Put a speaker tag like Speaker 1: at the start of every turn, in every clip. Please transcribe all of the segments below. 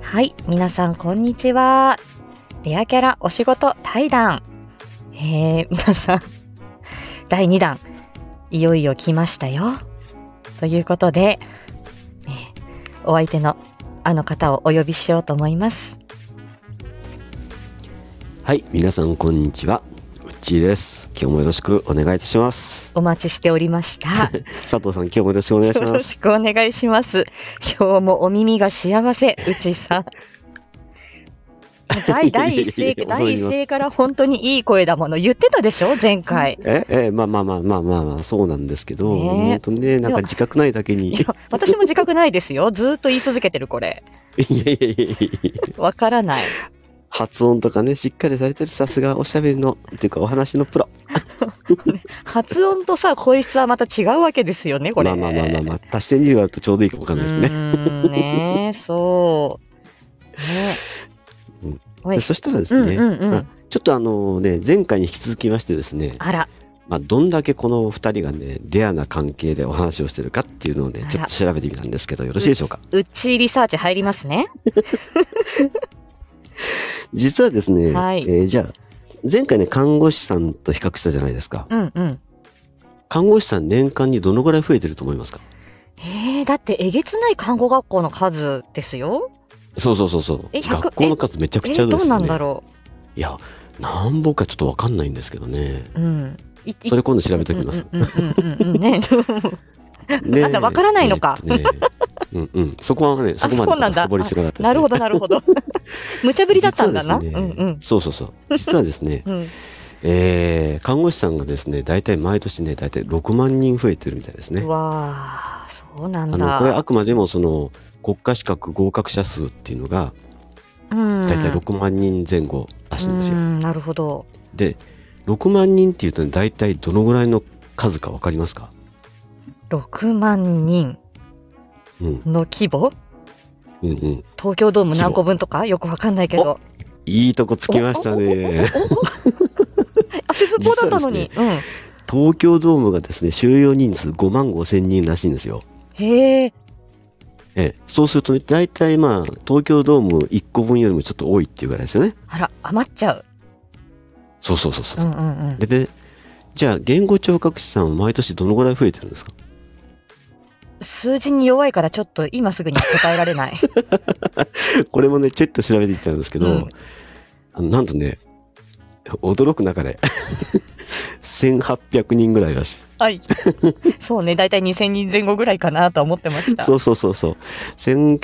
Speaker 1: はい、皆さんこんにちは。レアキャラお仕事対談。えー、皆さん、 第2弾、いよいよ来ましたよ。ということで、えーお相手のあの方をお呼びしようと思います。
Speaker 2: はい、皆さんこんにちは。うっちーです。今日もよろしくお願いいたします。
Speaker 1: お待ちしておりま した。
Speaker 2: 佐藤さん、今日もよろしくお願いし
Speaker 1: よ
Speaker 2: ま
Speaker 1: ろし
Speaker 2: す。
Speaker 1: くお願いします。今日もお耳が幸せ、うち さん。第第一声
Speaker 2: いやいや恐れ
Speaker 1: 第
Speaker 2: 入り
Speaker 1: 一
Speaker 2: ます
Speaker 1: 声から本当にいい声だもの言ってたでしょ前回。
Speaker 2: え、え、まあまあまあまあまあまあ、そうなんですけど、
Speaker 1: ねえ
Speaker 2: 本当にね、なんか自覚ないだけに。い
Speaker 1: い
Speaker 2: や
Speaker 1: や私も自覚ないですよ。ずーっと言い続けてるこれ。
Speaker 2: いやいやいや
Speaker 1: わからない。
Speaker 2: 発音とかね、しっかりされてる、さすがおしゃべりの、っていうかお話のプロ。
Speaker 1: 発音とさ声質はまた違うわけですよねこれ。
Speaker 2: まあまあまあまあまあ、足して2で割るとちょうどいいかもわかんないですね。
Speaker 1: うーんねそう。ね。おい
Speaker 2: でそしたらで
Speaker 1: う
Speaker 2: す
Speaker 1: ん
Speaker 2: ね、
Speaker 1: うんう
Speaker 2: あ
Speaker 1: ん。
Speaker 2: ちょっとあのね、前回に引き続きましてですね、
Speaker 1: あら
Speaker 2: まあ、どんだけこの二人がね、レアな関係でお話をしてるかっていうのをね
Speaker 1: あ、ら
Speaker 2: ちょっと調べてみたんですけど、よろしいでしょうか。
Speaker 1: うちリサーチ入りますね。
Speaker 2: 実はですね、
Speaker 1: はい
Speaker 2: えーじゃあ、前回ね、看護師さんと比較したじゃないですか。
Speaker 1: うんうん。
Speaker 2: 看護師さん年間にどのぐらい増えてると思いますか
Speaker 1: えー、だってえげつない看護学校の数ですよ。
Speaker 2: そうそうそうそう。
Speaker 1: え100
Speaker 2: 学校の数めち
Speaker 1: え
Speaker 2: ゃくちゃ
Speaker 1: ど
Speaker 2: で
Speaker 1: う
Speaker 2: す
Speaker 1: な
Speaker 2: よ
Speaker 1: んだ
Speaker 2: ね。
Speaker 1: ろ
Speaker 2: いや、なんぼかちょっとわかんないんですけどね。
Speaker 1: う。うん。い
Speaker 2: それ今度調べておきます。
Speaker 1: うんうんうんうんうんね。
Speaker 2: ね
Speaker 1: あんたわからないのか
Speaker 2: えーっとねうんうん。そこはね、そこまで
Speaker 1: あそうなんだ
Speaker 2: 深掘りしてなかったです、ね。
Speaker 1: なるほどなるほ ど。無茶ぶりだったんだな。
Speaker 2: 実
Speaker 1: う
Speaker 2: は
Speaker 1: ん
Speaker 2: です
Speaker 1: う
Speaker 2: ね
Speaker 1: ん。
Speaker 2: そうそうそう。実はですね、
Speaker 1: うん、
Speaker 2: えー看護師さんがですね、大体毎年ね、大体6万人増えてるみたいですね
Speaker 1: う。わあ、そうなん
Speaker 2: あの、
Speaker 1: だ。
Speaker 2: これあくまでもその、国家資格合格者数っていうのが、
Speaker 1: うん、
Speaker 2: 大体6万人前後らしいんですよ
Speaker 1: う。ん、なるほど。
Speaker 2: で、6万人っていうとね、大体どのぐらいの数かわかりますか
Speaker 1: 6万人
Speaker 2: うん、
Speaker 1: の規模
Speaker 2: うん、うん。
Speaker 1: 東京ドーム何個分とかよくわかんないけど。
Speaker 2: いいとこつきました ね。
Speaker 1: あ、鉄棒だったのに。
Speaker 2: 東京ドームがですね、収容人数5万5千人らしいんですよ。
Speaker 1: うん。へえ。
Speaker 2: ええ、そうするとね、大体まあ、東京ドーム1個分よりもちょっと多いっていうぐらいですよね。
Speaker 1: あら、余っちゃう。
Speaker 2: そうそうそうそう
Speaker 1: う。んうんうん。
Speaker 2: でね、じゃあ言語聴覚士さんは毎年どのぐらい増えてるんですか
Speaker 1: 数字に弱いからちょっと今すぐに答えられ ない。
Speaker 2: これもね、ちょっと調べてきたんですけど、
Speaker 1: うん
Speaker 2: あのなんとね、驚くなか れ、1800人ぐらいらしい。
Speaker 1: はい。そうね、だいたい2000人前後ぐらいかなとは思ってました。
Speaker 2: そうそうそうそう。1800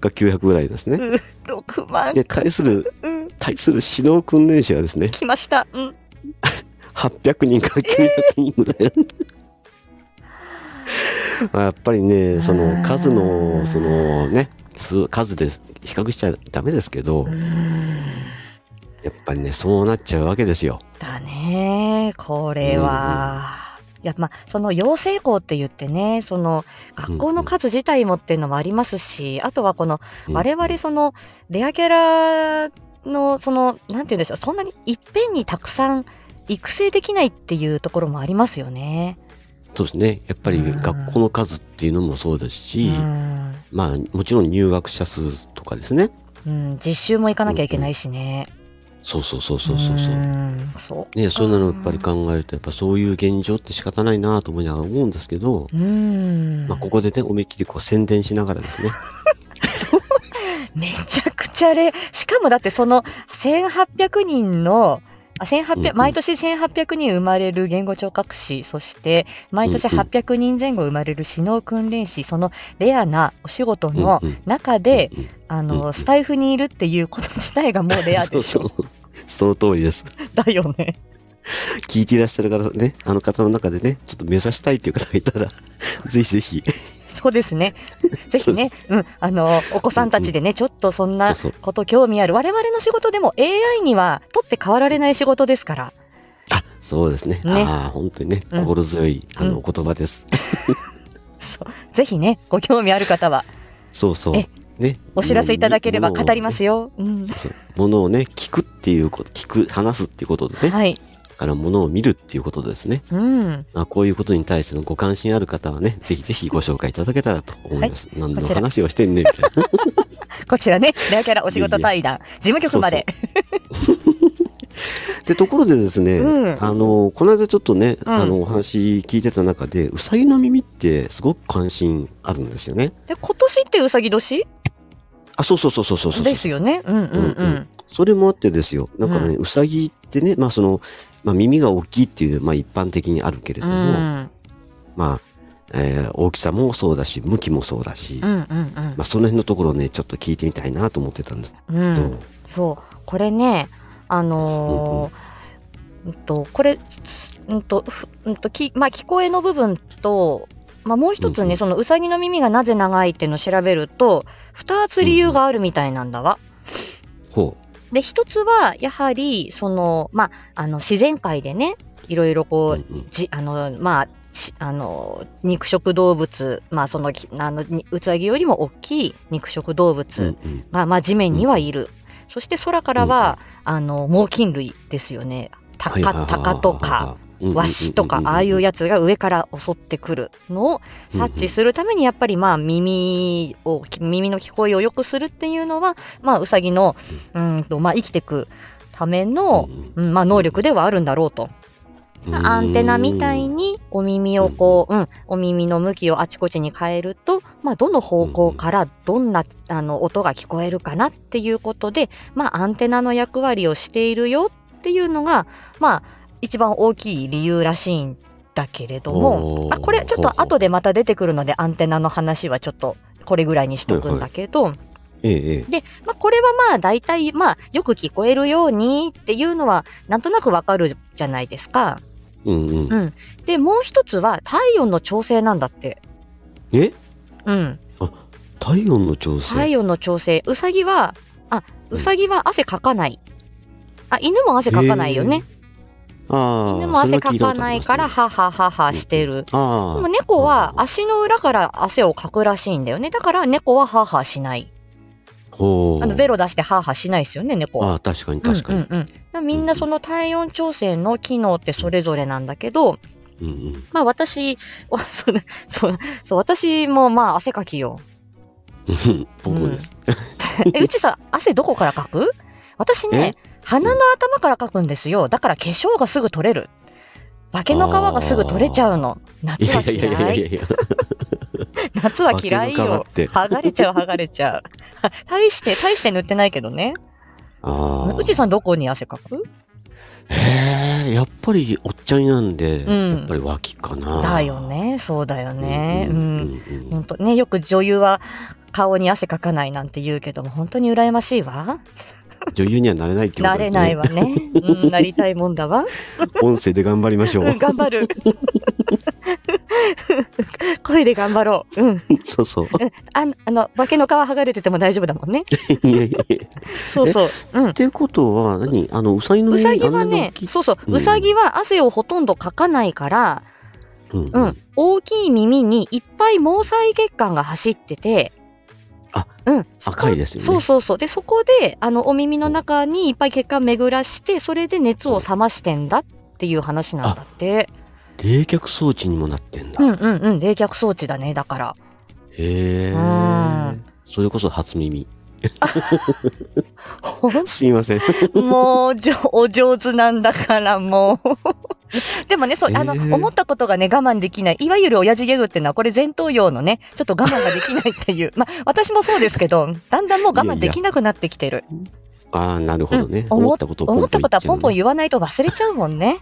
Speaker 2: か900ぐらいですね。
Speaker 1: 6万。
Speaker 2: で、対する、
Speaker 1: うん、
Speaker 2: 対する指導訓練士はですね、
Speaker 1: 来ました。うん。
Speaker 2: 800人から900人ぐらい。 まあやっぱりね、その数の、そのね、数数で比較しちゃダメですけど、やっぱりね、そうなっちゃうわけですよ。
Speaker 1: だね、これは。いや、まあ、その養成校って言ってね、その学校の数自体もっていうのもありますし、あとはこの
Speaker 2: うん
Speaker 1: 我々そのレアキャラのそのなんて言うんでしょうそんなにいっぺんにたくさん育成できないっていうところもありますよね。
Speaker 2: そうですね。やっぱり
Speaker 1: うん
Speaker 2: 学校の数っていうのもそうですし、
Speaker 1: うん
Speaker 2: まあもちろん入学者数とかですね。
Speaker 1: うん、実習も行かなきゃいけないしね。
Speaker 2: そうそうそうそうそうそうう。
Speaker 1: んそう
Speaker 2: ね、そんなのやっぱり考えると、やっぱそういう現状って仕方ないなと思いながら思うんですけど、
Speaker 1: うん、
Speaker 2: まあここでね、思いっきりこう宣伝しながらですね。
Speaker 1: めちゃくちゃれ、しかもだってその1800人の、あ
Speaker 2: うんう
Speaker 1: 1800
Speaker 2: ん
Speaker 1: 毎年1800人生まれる言語聴覚士、そして毎年
Speaker 2: うんうん
Speaker 1: 800人前後生まれる首脳訓練士、そのレアなお仕事
Speaker 2: うん
Speaker 1: の
Speaker 2: うん
Speaker 1: 中で、
Speaker 2: うんうん
Speaker 1: あ
Speaker 2: うんう
Speaker 1: の、
Speaker 2: ん
Speaker 1: スタイフにいるっていうこと自体がもうレア
Speaker 2: そう
Speaker 1: でし
Speaker 2: そ
Speaker 1: ょ
Speaker 2: う。そう。その通りです。
Speaker 1: だよね。
Speaker 2: 聞いていらっしゃる方ね、あの方の中でね、ちょっと目指したいっていう方がいたら、ぜひぜひ。
Speaker 1: そうです ね。ぜひね、うん、あの、お子さんたちでね、ちょっとそん
Speaker 2: そ
Speaker 1: な
Speaker 2: うそう。
Speaker 1: こと興味ある。我々の仕事でも AI には取って代わられない仕事ですから。
Speaker 2: あ、そうですね。ああ、本当にね、
Speaker 1: うん
Speaker 2: 心強い、あ
Speaker 1: う
Speaker 2: の、お言葉です。
Speaker 1: ぜひね、ご興味ある方は、
Speaker 2: そうそう
Speaker 1: え。
Speaker 2: ね。
Speaker 1: お知らせいただければ
Speaker 2: ものを
Speaker 1: 語りますよ。うん
Speaker 2: そうそう。ものをね、聞くっていうこと、聞く、話すっていうことでね、
Speaker 1: はい。
Speaker 2: からものを見るっていうことですね。
Speaker 1: うん。
Speaker 2: まあ、こういうことに対してのご 関心ある方はね、ぜひぜひご紹介いただけたらと思います。何の話をしてんねんみたいな。
Speaker 1: こちらね、レアキャラお仕事対談、事務局まで。
Speaker 2: で、ところでですね、
Speaker 1: うん
Speaker 2: あの、この間ちょっとね、
Speaker 1: うん
Speaker 2: あの、お話聞いてた中で、うさぎの耳ってすごく関心あるんですよね。
Speaker 1: で、今年ってうさぎ年
Speaker 2: あ、そうそうそうそうそうそう
Speaker 1: ですよね。うんうん
Speaker 2: うん
Speaker 1: う
Speaker 2: うんん。それもあってですよ。なんかね、うさぎってね、まあその、まあ耳が大きいっていう、まあ一般的にあるけれ
Speaker 1: う
Speaker 2: ども、
Speaker 1: ん
Speaker 2: まあ、えー大きさもそうだし、向きもそうだし、
Speaker 1: うんうん
Speaker 2: まあその辺のところをね、ちょっと聞いてみたいなと思ってたんです
Speaker 1: うんう
Speaker 2: けど、
Speaker 1: ん。そう、これね、あのーうんと、これ、うんと、ふうんときまあ、聞こえの部分と、まあ、もう一つ
Speaker 2: うんう
Speaker 1: ね、
Speaker 2: ん
Speaker 1: そのうさぎの耳がなぜ長いっていうのを調べると、二つ理由があるみたいなんだわ。
Speaker 2: ほ
Speaker 1: で、一つは、やはり、その、まあ、あの、自然界でね、いろいろ
Speaker 2: う。
Speaker 1: こ
Speaker 2: う
Speaker 1: う、
Speaker 2: んうん
Speaker 1: じあのまあしあの肉食動物、まあ、そのきあのにうさぎよりも大きい肉食動物
Speaker 2: うんうん
Speaker 1: が、まあ、地面にはいる、そして空からは、あの猛禽類ですよねタ
Speaker 2: はいはいはい
Speaker 1: カ
Speaker 2: はい
Speaker 1: タカとか、ワシとか
Speaker 2: んんんん
Speaker 1: ああいうやつが上から襲ってくるのを察知するためにやっぱりまあ耳をき耳の聞こえを良くするっていうのは、まあ、うさぎのうんと、まあ、生きていくための、うんまあ、能力ではあるんだろうと。アンテナみたい。にお耳をこう、うん、お耳の向きをあちこちに変えると、まあ、どの方向からどんなあの音が聞こえるかなっていうことで、まあ、アンテナの役割をしているよっていうのが、まあ、一番大きい理由らしいんだけれども
Speaker 2: お、ー
Speaker 1: まあ、これちょっと後でまた出てくるので、アンテナの話はちょっとこれぐらいにしとくんだけど、
Speaker 2: うんうんうんええええ
Speaker 1: で、まあ、これはまあ大体、まあ、よく聞こえるようにっていうのは、なんとなくわかるじゃないですか。
Speaker 2: うんうん。
Speaker 1: で、もう一つは体温の調整なんだって。
Speaker 2: え
Speaker 1: うん。
Speaker 2: 体温の調整。
Speaker 1: 体温の調整。うさぎは、あ、うさぎは汗かかない。あ、犬も汗かかないよね。
Speaker 2: ああ、
Speaker 1: 犬も
Speaker 2: そ
Speaker 1: 汗
Speaker 2: れは
Speaker 1: か
Speaker 2: 聞た
Speaker 1: か
Speaker 2: ことあ
Speaker 1: な
Speaker 2: り
Speaker 1: い
Speaker 2: ますね
Speaker 1: から、ははははしてる。で
Speaker 2: あ
Speaker 1: も
Speaker 2: あ。
Speaker 1: 猫は足の裏から汗をかくらしいんだよね。だから猫はははしない。
Speaker 2: ほう
Speaker 1: あのベロ出してははしないですよね、猫は。
Speaker 2: ああ、確かに確かに。
Speaker 1: うんうんうん、だからみんなその体温調整の機能ってそれぞれなんだけど、
Speaker 2: うんうん
Speaker 1: まあ私、わそうそうそう私もまあ汗かきよ。
Speaker 2: 僕です。
Speaker 1: えうちさ汗どこからかく私ね鼻の頭からかくんですよだから化粧がすぐ取れる化けの皮がすぐ取れちゃうの
Speaker 2: い
Speaker 1: 夏
Speaker 2: や
Speaker 1: はい
Speaker 2: やいやいや
Speaker 1: 嫌
Speaker 2: い
Speaker 1: い
Speaker 2: やいや。
Speaker 1: 夏は嫌い
Speaker 2: 化けの
Speaker 1: よ
Speaker 2: 皮って
Speaker 1: 剥がれちゃう剥がれちゃう 大して大して塗ってないけどね
Speaker 2: ああ。
Speaker 1: うちさんどこに汗かく
Speaker 2: へえ、やっぱりおっちゃんなんで、
Speaker 1: うん
Speaker 2: やっぱり脇かな。
Speaker 1: だよ。ねそうだよねう
Speaker 2: うんんうんう
Speaker 1: ほ
Speaker 2: ん
Speaker 1: んとねよく女優は顔に汗かかないなんて言うけども本当に羨ましいわ
Speaker 2: 女優にはなれないってこと
Speaker 1: な
Speaker 2: で
Speaker 1: れ
Speaker 2: すね。
Speaker 1: ないわね、うん、なりたいもんだ わ
Speaker 2: 音声で頑張りましょう
Speaker 1: うん、。頑張る。 声で頑張ろう。うん。
Speaker 2: そうそう。
Speaker 1: あの、あの、化けの皮剥がれてても大丈夫だもんね。
Speaker 2: いやいやいや。
Speaker 1: そうそう。うん
Speaker 2: っ。ていうことは何、あの、うさぎの
Speaker 1: う
Speaker 2: 耳
Speaker 1: さぎは
Speaker 2: あんなに
Speaker 1: ね
Speaker 2: 大き、い
Speaker 1: そうそう、
Speaker 2: うん
Speaker 1: うさぎは汗をほとんどかかないから、
Speaker 2: うんう
Speaker 1: うんん、大きい耳にいっぱい毛細血管が走ってて、
Speaker 2: あ、
Speaker 1: うん、
Speaker 2: 赤いですよね
Speaker 1: そうそうそう。で、そこで、あの、お耳の中にいっぱい血管巡らして、それで熱を冷ましてんだっていう話なんだって。
Speaker 2: 冷却装置にもなってんだ。
Speaker 1: うんうんうん、冷却装置だね、だから。
Speaker 2: へ
Speaker 1: う
Speaker 2: え。それこそ初耳。
Speaker 1: ほん
Speaker 2: すい ません。
Speaker 1: もうじょ お上手なんだからもう でもねそう、あの
Speaker 2: えー
Speaker 1: 思ったことがね我慢できないいわゆる親父ギャグっていうのはこれ前頭葉のねちょっと我慢ができないっていう まあ私もそうですけどだんだんもう我慢できなくなってきてる
Speaker 2: ああ、なるほどね。
Speaker 1: うん思っ
Speaker 2: 思ったことを
Speaker 1: 思ったことはポンポン
Speaker 2: 言
Speaker 1: 言
Speaker 2: っちゃうね
Speaker 1: わないと忘れちゃうもんね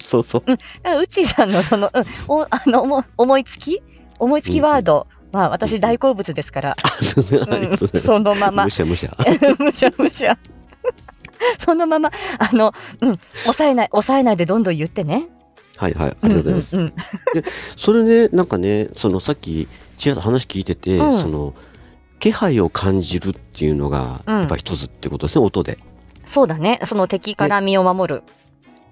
Speaker 2: そうそう。
Speaker 1: だからうちーさんのその,、うん、おあの思思いつき思いつきワード、まあ私大好物ですから、
Speaker 2: あ、すいません。あり
Speaker 1: う
Speaker 2: が
Speaker 1: ん、
Speaker 2: とうございます。
Speaker 1: そのまま
Speaker 2: むしゃむしゃ。
Speaker 1: むしゃむしゃ。そのまま、あの、うん、抑えない、抑えないでどんどん言ってね。
Speaker 2: はいはい。ありがとうございます。
Speaker 1: うんうんうん
Speaker 2: それね、なんかね、そのさっき、ちらっと話聞いてて、
Speaker 1: うん
Speaker 2: その、気配を感じるっていうのが、
Speaker 1: うん
Speaker 2: やっぱ一つってことですね、音で。
Speaker 1: そうだね、その敵から身を守る。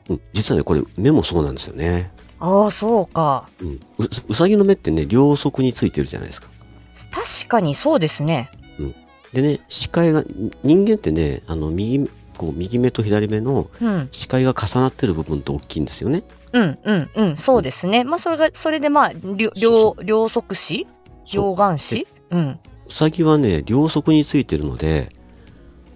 Speaker 2: うん。実はね、これ、目もそうなんですよね。
Speaker 1: ああ、そうか。
Speaker 2: うん。ううさぎの目ってね、両側についてるじゃないですか。
Speaker 1: 確かにそうですね。
Speaker 2: でね、視界が、に人間ってね、あの、右、こう、右目と左目の
Speaker 1: うん、
Speaker 2: 視界が重なってる部分って大きいんですよね。
Speaker 1: うん、うん、うん、そうですね。まあ、それが、それで、まあ、りょ
Speaker 2: そ
Speaker 1: 両、両側視
Speaker 2: そ
Speaker 1: 両
Speaker 2: う
Speaker 1: 眼視うん。
Speaker 2: サギはね、両側についてるので、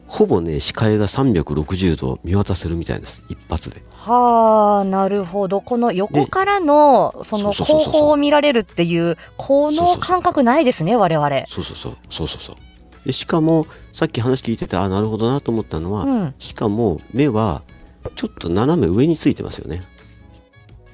Speaker 2: ほぼね、視界が360度見渡せるみたいです。一発で。
Speaker 1: はあ、なるほど。この横からの、その
Speaker 2: そうそうそう
Speaker 1: 後
Speaker 2: そう
Speaker 1: 方を見られるっていう、こ
Speaker 2: そうそう
Speaker 1: の
Speaker 2: そう
Speaker 1: 感覚ないですね、我々。
Speaker 2: そうそうそう。そうそうそう。でしかも、さっき話聞いてて、あ、なるほどなと思ったのは、
Speaker 1: うん。
Speaker 2: しかも目は、ちょっと斜め上についてますよね。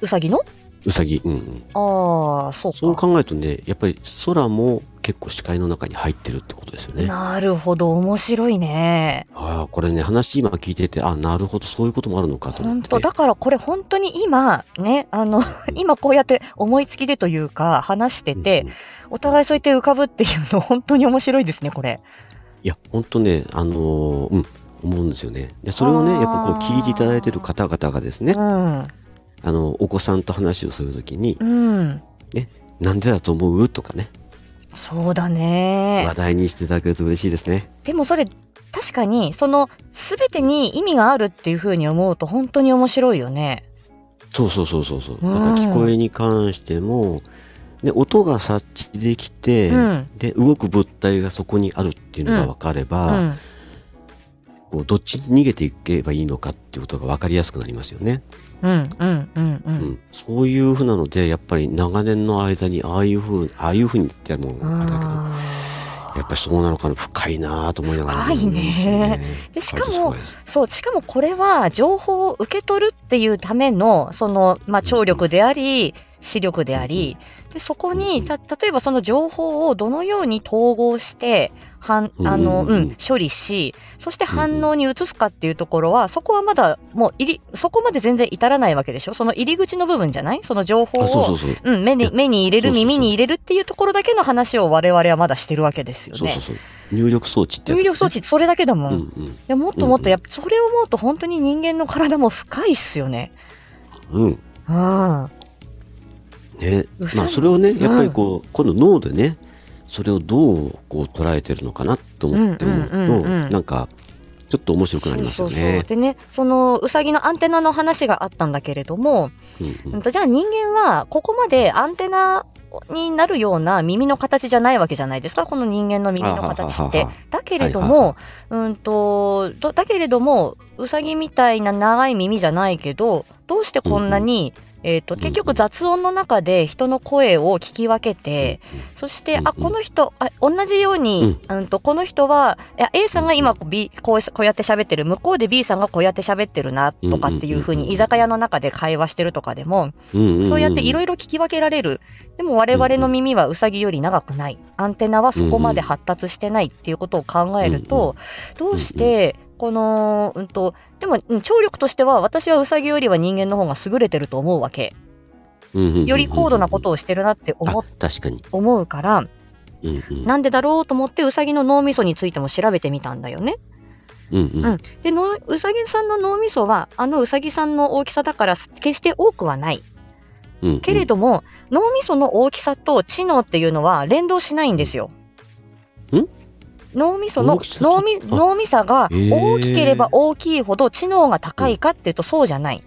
Speaker 1: うさぎの
Speaker 2: うさぎ。うんうん。
Speaker 1: ああ、そうか。
Speaker 2: そう考えるとね、やっぱり空も結構視界の中に入ってるってことですよね。
Speaker 1: なるほど、面白いね。
Speaker 2: ああ、これね、話今聞いてて、あなるほど、そういうこともあるのかと思っ
Speaker 1: 本
Speaker 2: て、
Speaker 1: 当
Speaker 2: ね
Speaker 1: だ。からこれ本当に今ねあの今こうやって思いつきでというか話してて
Speaker 2: うんうん
Speaker 1: お互いそうやって浮かぶっていうの本当に面白いですねこれ
Speaker 2: いや、本当ね、あのーうん、思うんですよね。で、それをね、
Speaker 1: あー
Speaker 2: やっぱこう聞いていただいてる方々がですね
Speaker 1: う、ん
Speaker 2: あの、お子さんと話をするときに、
Speaker 1: うん
Speaker 2: なんでだと思うとかね、
Speaker 1: そうだね
Speaker 2: 話題にしていただけると嬉しいですね。
Speaker 1: でもそれ確かにその全てに意味があるっていうふうに思うと本当に面白いよね
Speaker 2: そうそうそうそうそう。
Speaker 1: うん
Speaker 2: だから聞こえに関しても、ね、音が察知できて、
Speaker 1: うん
Speaker 2: で、動く物体がそこにあるっていうのが分かれ
Speaker 1: う
Speaker 2: ば、
Speaker 1: ん
Speaker 2: こうどっちに逃げていけばいいのかっていうことが分かりやすくなりますよね。
Speaker 1: うんうんうんう
Speaker 2: うんん、そういうふうなのでやっぱり長年の間にああいうふうああいうふうに言ってもあれだけど
Speaker 1: あー
Speaker 2: やっぱりそうなのかな深いなぁと思いながら
Speaker 1: 深いね
Speaker 2: ですよ
Speaker 1: でしかも
Speaker 2: 深いです深いです
Speaker 1: そう、しかもこれは情報を受け取るっていうための、その、まあ、聴力であり、視力であり、でそこに、た、例えばその情報をどのように統合して、はんあの、
Speaker 2: うんう
Speaker 1: う
Speaker 2: んうん
Speaker 1: ん、処理し、そして反応に移すかっていうところは、そこはまだ、もう入り、そこまで全然至らないわけでしょその入り口の部分じゃないその情報
Speaker 2: あそうそ
Speaker 1: を、
Speaker 2: うそう、
Speaker 1: うん、目に、目に入れ
Speaker 2: そ
Speaker 1: る、
Speaker 2: うそうそう
Speaker 1: 耳に入れるっていうところだけの話を我々はまだしてるわけですよ
Speaker 2: そうそう
Speaker 1: ね。
Speaker 2: そう入力装置ってやつ
Speaker 1: 入
Speaker 2: ですね、
Speaker 1: 力装置、それだけだもん。いやもっともっ
Speaker 2: うんう
Speaker 1: と
Speaker 2: ん
Speaker 1: やっぱそれを思うと本当に人間の体も深いっすよね。
Speaker 2: うんうんうん
Speaker 1: うん。は
Speaker 2: ね
Speaker 1: うさ
Speaker 2: まあそれをねやっぱりこう、今度脳でねそれをどうこう捉えてるのかなと思って思うと、
Speaker 1: うんうんうんうん
Speaker 2: なんかちょっと面白くなりますよね。
Speaker 1: でね、そのうさぎのアンテナの話があったんだけれども、
Speaker 2: うん
Speaker 1: う
Speaker 2: うんん
Speaker 1: とじゃあ人間はここまでアンテナになるような耳の形じゃないわけじゃないですか、この人間の耳の形っ
Speaker 2: あ
Speaker 1: て
Speaker 2: はははは。
Speaker 1: だけれど
Speaker 2: は
Speaker 1: も、うんとどだけれども、うさぎみたいな長い耳じゃないけど、どうしてこんなに、えー、と
Speaker 2: うん
Speaker 1: 結局雑音の中で人の声を聞き分けて、そして、
Speaker 2: うん
Speaker 1: あこの人あ、同じように、うん、とこの人はいや A さんが今こう B こうこうやって喋ってる、向こうで B さんがこうやって喋ってるなとかっていうふう
Speaker 2: うんうんうん
Speaker 1: に、
Speaker 2: うん
Speaker 1: 居酒屋の中で会話してるとかでも、そうやっていろいろ聞き分けられる、でも我々の耳はウサギより長くない、アンテナはそこまで発達してないっていうことを考えると、どうして、この、うんと、でも、うん聴力としては、私はウサギよりは人間の方が優れてると思うわけ。より高度なこと
Speaker 2: を
Speaker 1: をしてるなって思
Speaker 2: 確かに、
Speaker 1: 思うから、
Speaker 2: うんうん
Speaker 1: なんでだろうと思って、ウサギの脳みそについても調べてみたんだよね。
Speaker 2: うんうん
Speaker 1: うんで、のウサギさんの脳みそは、あのウサギさんの大きさだから、決して多くはない。
Speaker 2: うん
Speaker 1: けれども、脳みその大きさと知能っていうのは連動しないんですよ。
Speaker 2: ん
Speaker 1: 脳みその
Speaker 2: 大きさと
Speaker 1: 脳み
Speaker 2: あ
Speaker 1: 脳みそが
Speaker 2: へー
Speaker 1: 大きければ大きいほど知能が高いかっていうとそうじゃない。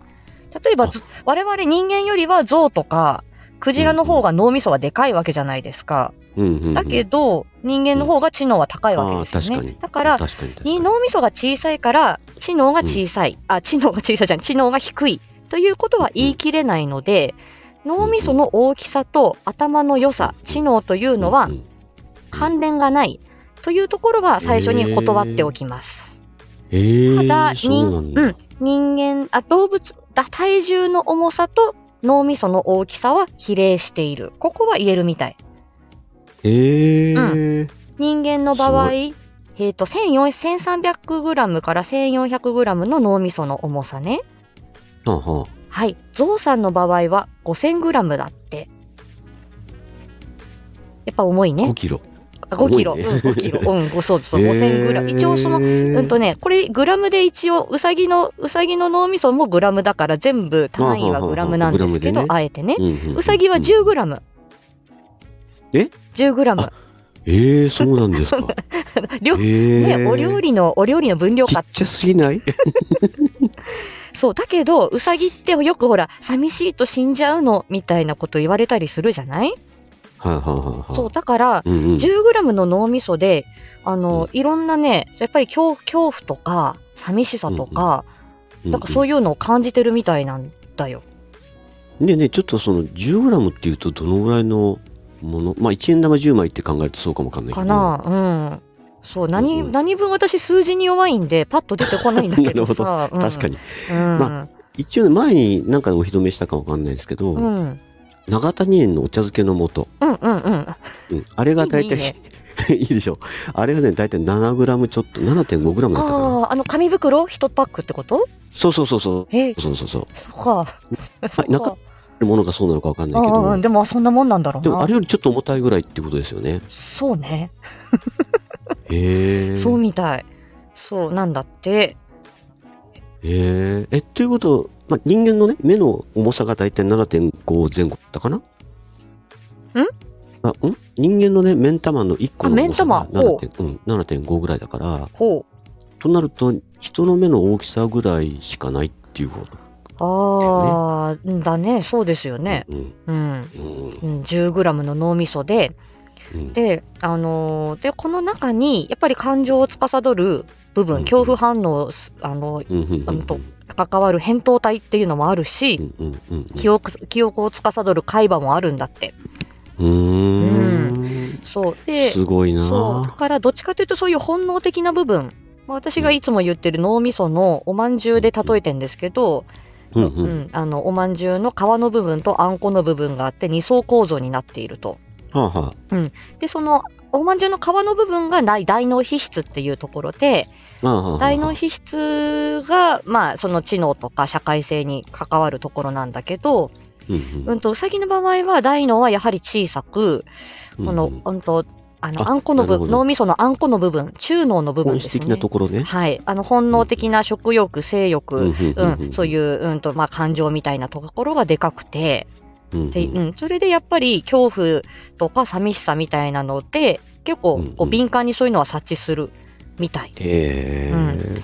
Speaker 1: 例えば
Speaker 2: あ
Speaker 1: ず我々人間よりは象とかクジラの方が脳みそはでかいわけじゃないですか。
Speaker 2: うんうんうん
Speaker 1: だけど人間の方が知能は高いわけです
Speaker 2: あー
Speaker 1: よ
Speaker 2: 確か
Speaker 1: ね
Speaker 2: に。
Speaker 1: だから
Speaker 2: 確かに確か
Speaker 1: に
Speaker 2: に
Speaker 1: 脳みそが小さいから知能が小さい、あ知能が小さいじゃん知能が低いということは言い切れないので、脳みその大きさと頭の良さ知能というのは
Speaker 2: うんうん
Speaker 1: 関連がないというところは最初に断っておきます。
Speaker 2: えー、
Speaker 1: ただ
Speaker 2: そうなんだ、
Speaker 1: うん人間あ動物だ体重の重さと脳みその大きさは比例しているここは言えるみたい。
Speaker 2: えー
Speaker 1: 人間の場
Speaker 2: す
Speaker 1: 合、えー、と1400 1300g から 1400g の脳みその重さね。
Speaker 2: はあはあ
Speaker 1: はい、ゾウさんの場合は 5000g だって。やっぱ重いね
Speaker 2: 5。キロ
Speaker 1: あ5キロ、
Speaker 2: 重いね
Speaker 1: うん、5キロ、 うん、ごそうそう、5000g。一応その、うんと
Speaker 2: ね
Speaker 1: ね、これグラムで一応うさぎのうさぎの脳みそもグラムだから全部単位はグラムなんですけ
Speaker 2: まあ
Speaker 1: ど、
Speaker 2: は
Speaker 1: あ
Speaker 2: あはあはあグラムでね
Speaker 1: えてね。
Speaker 2: うんうんうん
Speaker 1: うさぎは 10g。
Speaker 2: え
Speaker 1: ?10g
Speaker 2: あ。ええー、そうな んですかえ
Speaker 1: 料
Speaker 2: ー、
Speaker 1: ね、お料理の、お料理の分量
Speaker 2: ち
Speaker 1: か
Speaker 2: っちゃすぎない
Speaker 1: そう、だけど、うさぎってよくほら、寂しいと死んじゃうの、みたいなこと言われたりするじゃない
Speaker 2: はいはいはいはい。
Speaker 1: そう、だから、
Speaker 2: うんうん。
Speaker 1: 10g の脳みそで、あの、いろんなね、やっぱり恐恐怖とか、寂しさとか、なんかそう
Speaker 2: い
Speaker 1: いうのを感じてるみたいなんだよ。
Speaker 2: うん。ねえねえちょっとその 10g っていうとどのぐらいのものまあ1円玉10枚って考えるとそうかもわかんないけ
Speaker 1: か
Speaker 2: ど。
Speaker 1: な、うん。そう、何、
Speaker 2: うんうん
Speaker 1: 何分私数字に弱いんで、パッと出てこないんだけど
Speaker 2: な
Speaker 1: さ。
Speaker 2: 確か
Speaker 1: に。
Speaker 2: に。
Speaker 1: うん。
Speaker 2: ま一応ね、前になんかでお披露目したかわかんないですけど、
Speaker 1: うん、うん、
Speaker 2: 長谷園のお茶漬けの素。
Speaker 1: うん、うん。
Speaker 2: うん、あれが大体、
Speaker 1: いいね
Speaker 2: いいでしょ。あれがね、大体 7g ちょっと、7.5g だったかな。
Speaker 1: ああ、あの紙袋1パックってこと
Speaker 2: そうそうそうそう。
Speaker 1: え
Speaker 2: そうそうそう。
Speaker 1: そっか。 そっ
Speaker 2: なかあるものがそうなのかわかんないけ
Speaker 1: ああ、
Speaker 2: ど。
Speaker 1: でもそんなもんなんだろうな。
Speaker 2: でもあれよりちょっと重たいぐらいってことですよね。
Speaker 1: そうね。
Speaker 2: へえ。
Speaker 1: そうみたい。そうなんだって。
Speaker 2: へえ。え、ということは、まあ、人間のね、目の重さが大体7.5前後だったかなあ、ん人間のね、目ん玉の1個の重さが
Speaker 1: あ目ん玉ほ
Speaker 2: 7.5、うん、7.5ぐらいだから、
Speaker 1: ほう。
Speaker 2: となると、人の目の大きさぐらいしかないっていうこと。
Speaker 1: ああ、んだね。そうですよね。
Speaker 2: うん。
Speaker 1: うん。
Speaker 2: うん。
Speaker 1: うん、10g の脳みそで、
Speaker 2: うん。
Speaker 1: で、あのーで、この中に、やっぱり感情を司る部
Speaker 2: うん
Speaker 1: 分、恐怖反応、あの、
Speaker 2: うん。うん。うん。う
Speaker 1: あ
Speaker 2: ん
Speaker 1: のと関わる扁桃体っていうのもあるし、
Speaker 2: うん。うん。
Speaker 1: 記憶、記憶を司る海馬もあるんだって。
Speaker 2: うーん。
Speaker 1: そう。で、
Speaker 2: すごい
Speaker 1: そうだ
Speaker 2: な
Speaker 1: からどっちかというとそういう本能的な部分、まあ、私がいつも言ってる脳みそのおまんじゅうで例えてんですけど、
Speaker 2: うん
Speaker 1: う
Speaker 2: うん。
Speaker 1: ん、あのおまんじゅうの皮の部分とあんこの部分があって二層構造になっていると
Speaker 2: はあは
Speaker 1: でそのおまんじゅうの皮の部分がない大脳皮質っていうところで
Speaker 2: あ。ああはあはあ。
Speaker 1: 大脳皮質が、まあ、その知能とか社会性に関わるところなんだけど、
Speaker 2: うんう
Speaker 1: うんん、とうさぎの場合は大脳はやはり小さく
Speaker 2: うん。
Speaker 1: この、うんとあの
Speaker 2: あ
Speaker 1: あんこの
Speaker 2: なるほ
Speaker 1: 部
Speaker 2: ど
Speaker 1: 脳みそのあんこの部分中脳の部分
Speaker 2: 本
Speaker 1: で
Speaker 2: 質
Speaker 1: す
Speaker 2: 的
Speaker 1: ね
Speaker 2: なところね。
Speaker 1: はい、あの本能的な食欲、性欲、
Speaker 2: ん
Speaker 1: うんそういう、うんとまあ、感情みたいなところがでかくて
Speaker 2: うんうん。
Speaker 1: で、うん、それでやっぱり恐怖とか寂しさみたいなので、結構
Speaker 2: うん
Speaker 1: こ
Speaker 2: うん
Speaker 1: う敏感にそういうのは察知するみたい
Speaker 2: へえ、
Speaker 1: うん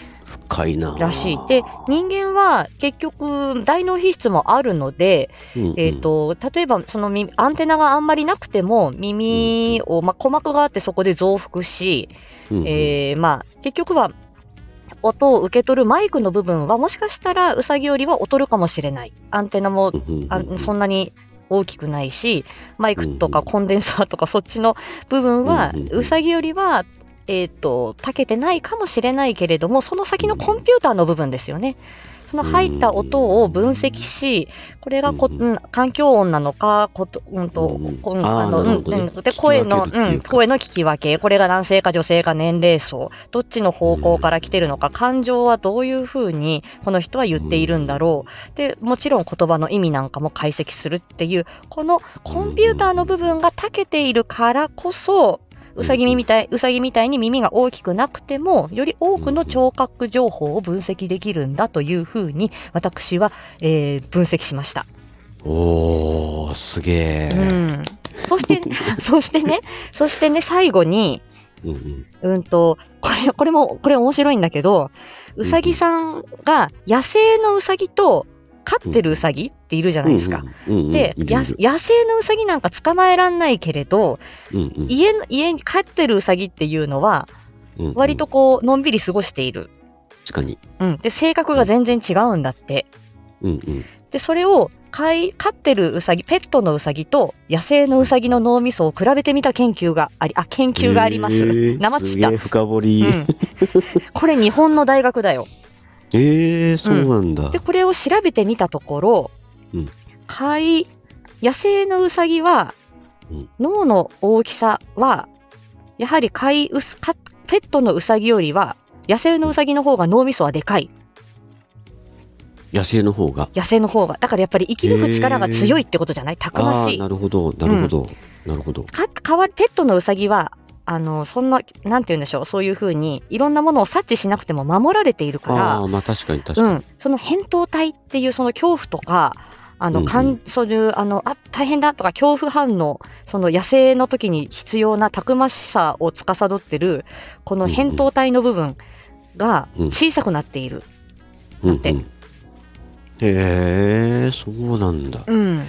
Speaker 2: 深いなあ
Speaker 1: らしい。で、人間は結局、大脳皮質もあるので、
Speaker 2: うんうん
Speaker 1: えー、と例えばその耳アンテナがあんまりなくても、耳を、まあ、鼓膜があってそこで増幅し、
Speaker 2: うんうん
Speaker 1: えーまあ、結局は音を受け取るマイクの部分はもしかしたらウサギよりは劣るかもしれないアンテナも
Speaker 2: うんうんうん
Speaker 1: あそんなに大きくないしマイクとかコンデンサーとかそっちの部分は
Speaker 2: うんうんうん
Speaker 1: ウサギよりはえーと長けてないかもしれないけれどもその先のコンピューターの部分ですよね。その入った音を分析し、これがこ、
Speaker 2: うん
Speaker 1: うん、環境音なのか、こと、うんと
Speaker 2: うん、
Speaker 1: こん
Speaker 2: あー
Speaker 1: あの、
Speaker 2: なるほどね
Speaker 1: うん、
Speaker 2: 聞
Speaker 1: で、
Speaker 2: き
Speaker 1: 声
Speaker 2: 分ける
Speaker 1: の、
Speaker 2: っていう
Speaker 1: う
Speaker 2: か
Speaker 1: ん、声の聞き分け、これが男性か女性か年齢層、どっちの方向から来てるのか、感情はどういうふうに、この人は言っているんだろう。で、もちろん言葉の意味なんかも解析するっていう、このコンピューターの部分が長けているからこそ、うさぎみたい、うさぎみたいに耳が大きくなくても、より多くの聴覚情報を分析できるんだというふうに、私は、えー分析しました。
Speaker 2: おーすげえ、
Speaker 1: うん。そ して、そしてね、そしてね、最後に、
Speaker 2: うんうん
Speaker 1: うんと、これ、これも、これ面白いんだけど、うさぎさんが野生のうさぎと飼ってるうさぎっているじゃないですか。
Speaker 2: うんうんうんうん
Speaker 1: で、
Speaker 2: いる
Speaker 1: や
Speaker 2: いる
Speaker 1: 野生のうさぎなんか捕まえらんないけれど、
Speaker 2: うんうん
Speaker 1: 家の、家に飼ってるうさぎっていうのは、
Speaker 2: うんうん
Speaker 1: 割とこう、のんびり過ごしている。
Speaker 2: 確かに、
Speaker 1: うん。で、性格が全然違うんだって。
Speaker 2: うんうん、
Speaker 1: で、それを飼い、飼ってるうさぎ、ペットのうさぎと野生のうさぎの脳みそを比べてみた研究があり、あ、研究があります。
Speaker 2: えー
Speaker 1: 生
Speaker 2: す
Speaker 1: 知っ
Speaker 2: げ
Speaker 1: た。
Speaker 2: え深掘り、
Speaker 1: うんこれ日本の大学だよ。
Speaker 2: えー、そうなんだ、
Speaker 1: で、これを調べてみたところ、
Speaker 2: うん
Speaker 1: 飼い、野生のウサギは、
Speaker 2: うん
Speaker 1: 脳の大きさは、やはり飼いウス、飼ペットのウサギよりは、野生のウサギの方が脳みそはでかい。
Speaker 2: 野生の方が
Speaker 1: 野生の方が。だからやっぱり生き抜く力が強いってことじゃないたくま
Speaker 2: ああ
Speaker 1: し
Speaker 2: ー
Speaker 1: い。
Speaker 2: なるほどなるほど、なるほど
Speaker 1: かかわペットのウサギは、あの、そんな、なんて言うんでしょう、そういうふうに、いろんなものを察知しなくても守られているから、
Speaker 2: ああまあ確かに確
Speaker 1: う
Speaker 2: かに、
Speaker 1: ん、その扁桃体っていうその恐怖とか、あ
Speaker 2: う
Speaker 1: の、
Speaker 2: んうん
Speaker 1: かんそういう、あの、あ、大変だとか、恐怖反応、その野生の時に必要なたくましさを司ってる、この扁桃体の部分が
Speaker 2: うん
Speaker 1: 小さくなっている。
Speaker 2: うん
Speaker 1: だって
Speaker 2: うんへえそうなんだ
Speaker 1: うん。
Speaker 2: へ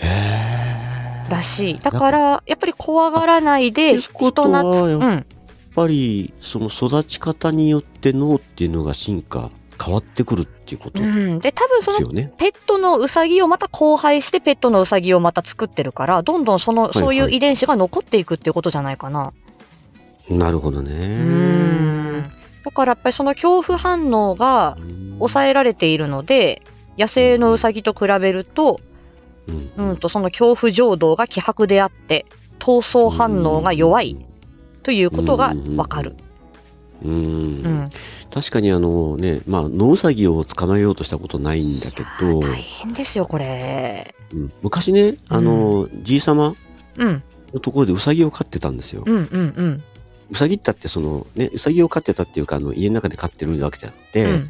Speaker 2: え
Speaker 1: らしい。だから、やっぱり怖がらないで、
Speaker 2: ってこと
Speaker 1: 人懐っ
Speaker 2: は、や
Speaker 1: う
Speaker 2: っ
Speaker 1: ん。
Speaker 2: ぱり、その育ち方によって脳っていうのが進化、変わってくるっていうこと
Speaker 1: う
Speaker 2: で
Speaker 1: ん。で、多分そ
Speaker 2: す
Speaker 1: の
Speaker 2: よね。
Speaker 1: ペットのウサギをまた交配して、ペットのウサギをまた作ってるから、どんどんその、
Speaker 2: はいはい
Speaker 1: そういう遺伝子が残っていくっていうことじゃないかな。
Speaker 2: なるほど
Speaker 1: う
Speaker 2: ね。
Speaker 1: ん。だからやっぱりその恐怖反応が抑えられているので、野生のウサギと比べると、
Speaker 2: うん
Speaker 1: うんと、その恐怖情動が希薄であって、闘争反応が弱いということがわかる。。
Speaker 2: うんうん
Speaker 1: うん。
Speaker 2: 確かにあのね、まあ、ノウサギを捕まえようとしたことないんだけど、
Speaker 1: 大変ですよ、これ。
Speaker 2: うん昔ね、あの、じいさま
Speaker 1: うん、
Speaker 2: のところでウサギを飼ってたんですよ。
Speaker 1: うん、うん、うん。
Speaker 2: ウサギったってその、ね、ウサギを飼ってたっていうか、あの、家の中で飼ってるわけじゃなくて、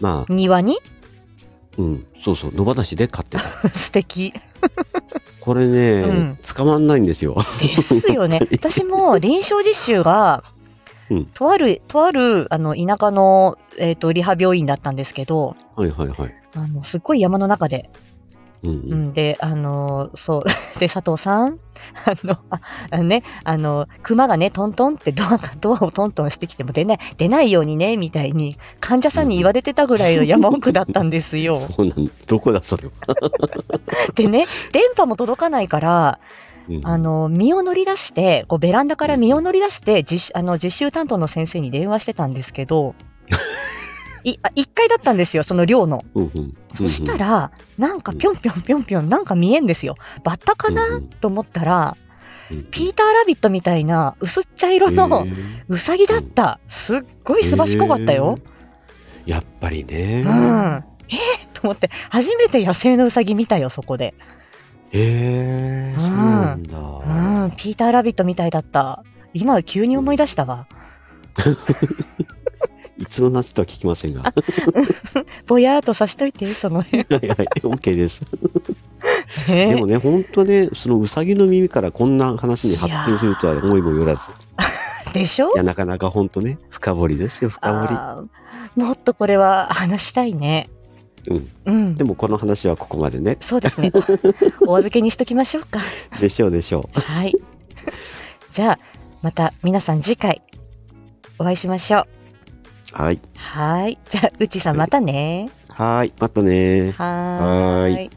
Speaker 2: まあ
Speaker 1: う、ん、庭に
Speaker 2: うん、そうそう、野放しで飼ってた。
Speaker 1: 素敵。
Speaker 2: これね、
Speaker 1: うん
Speaker 2: 捕まんないんですよ。
Speaker 1: ですよ ね。私も臨床実習が、
Speaker 2: うん
Speaker 1: とある、とある、あの、田舎の、えっ、と、リハ病院だったんですけど、
Speaker 2: はいはいはい。
Speaker 1: あの、すっごい山の中で、
Speaker 2: うん
Speaker 1: う
Speaker 2: うん。
Speaker 1: ん、で、あのーそう、 で、佐藤さん、 あの、ああのね、あの、熊がね、トントンってドアが、ドアをトントンしてきても出ない、出ないようにね、みたいに、患者さんに言われてたぐらいの山奥だったんですよ。
Speaker 2: そうなん、どこだそれは。
Speaker 1: でね、電波も届かないから、
Speaker 2: うん
Speaker 1: あの、身を乗り出して、こうベランダから身を乗り出して、実あの実習担当の先生に電話してたんですけ ど、いあ1回だったんですよ、その寮の。
Speaker 2: うんうん、
Speaker 1: そしたら、なんかぴょんぴょんぴょんぴょん、なんか見えんですよ。バッタかな、
Speaker 2: うんうん
Speaker 1: と思ったら、
Speaker 2: うんうん、
Speaker 1: ピーター・ラビットみたいな薄っ茶色の
Speaker 2: えー
Speaker 1: ウサギだった。すっごいすばしこかったよ。
Speaker 2: えーやっぱりね。
Speaker 1: うん。えー、と思って、初めて野生のウサギ見たよ、そこで。
Speaker 2: へえ、そうなんだ。
Speaker 1: うん、ピーター・ラビットみたいだった。今、急に思い出したわ。
Speaker 2: いつの夏とは聞きませんが。は
Speaker 1: ぼやーっとさしといて、その辺。
Speaker 2: いはい、OK です。 で
Speaker 1: ね
Speaker 2: もね、本当ね、そのうさぎの耳からこんな話に発展するとは思いもよらず。
Speaker 1: でしょ
Speaker 2: いや、なかなか本当ね、深掘りですよ、深掘
Speaker 1: あーもっとこれは話したいね。
Speaker 2: り。う
Speaker 1: う
Speaker 2: ん。
Speaker 1: ん
Speaker 2: で。もこの話はここまでね。
Speaker 1: そう ですね。お預けにしときましょうか。
Speaker 2: でしょうでしょう。
Speaker 1: はい。じゃあ、また皆さん次回お会いしましょう。
Speaker 2: はい。
Speaker 1: はーい。じゃあ、うちさんまたね。
Speaker 2: はーい。またねー。
Speaker 1: はー
Speaker 2: はー
Speaker 1: い。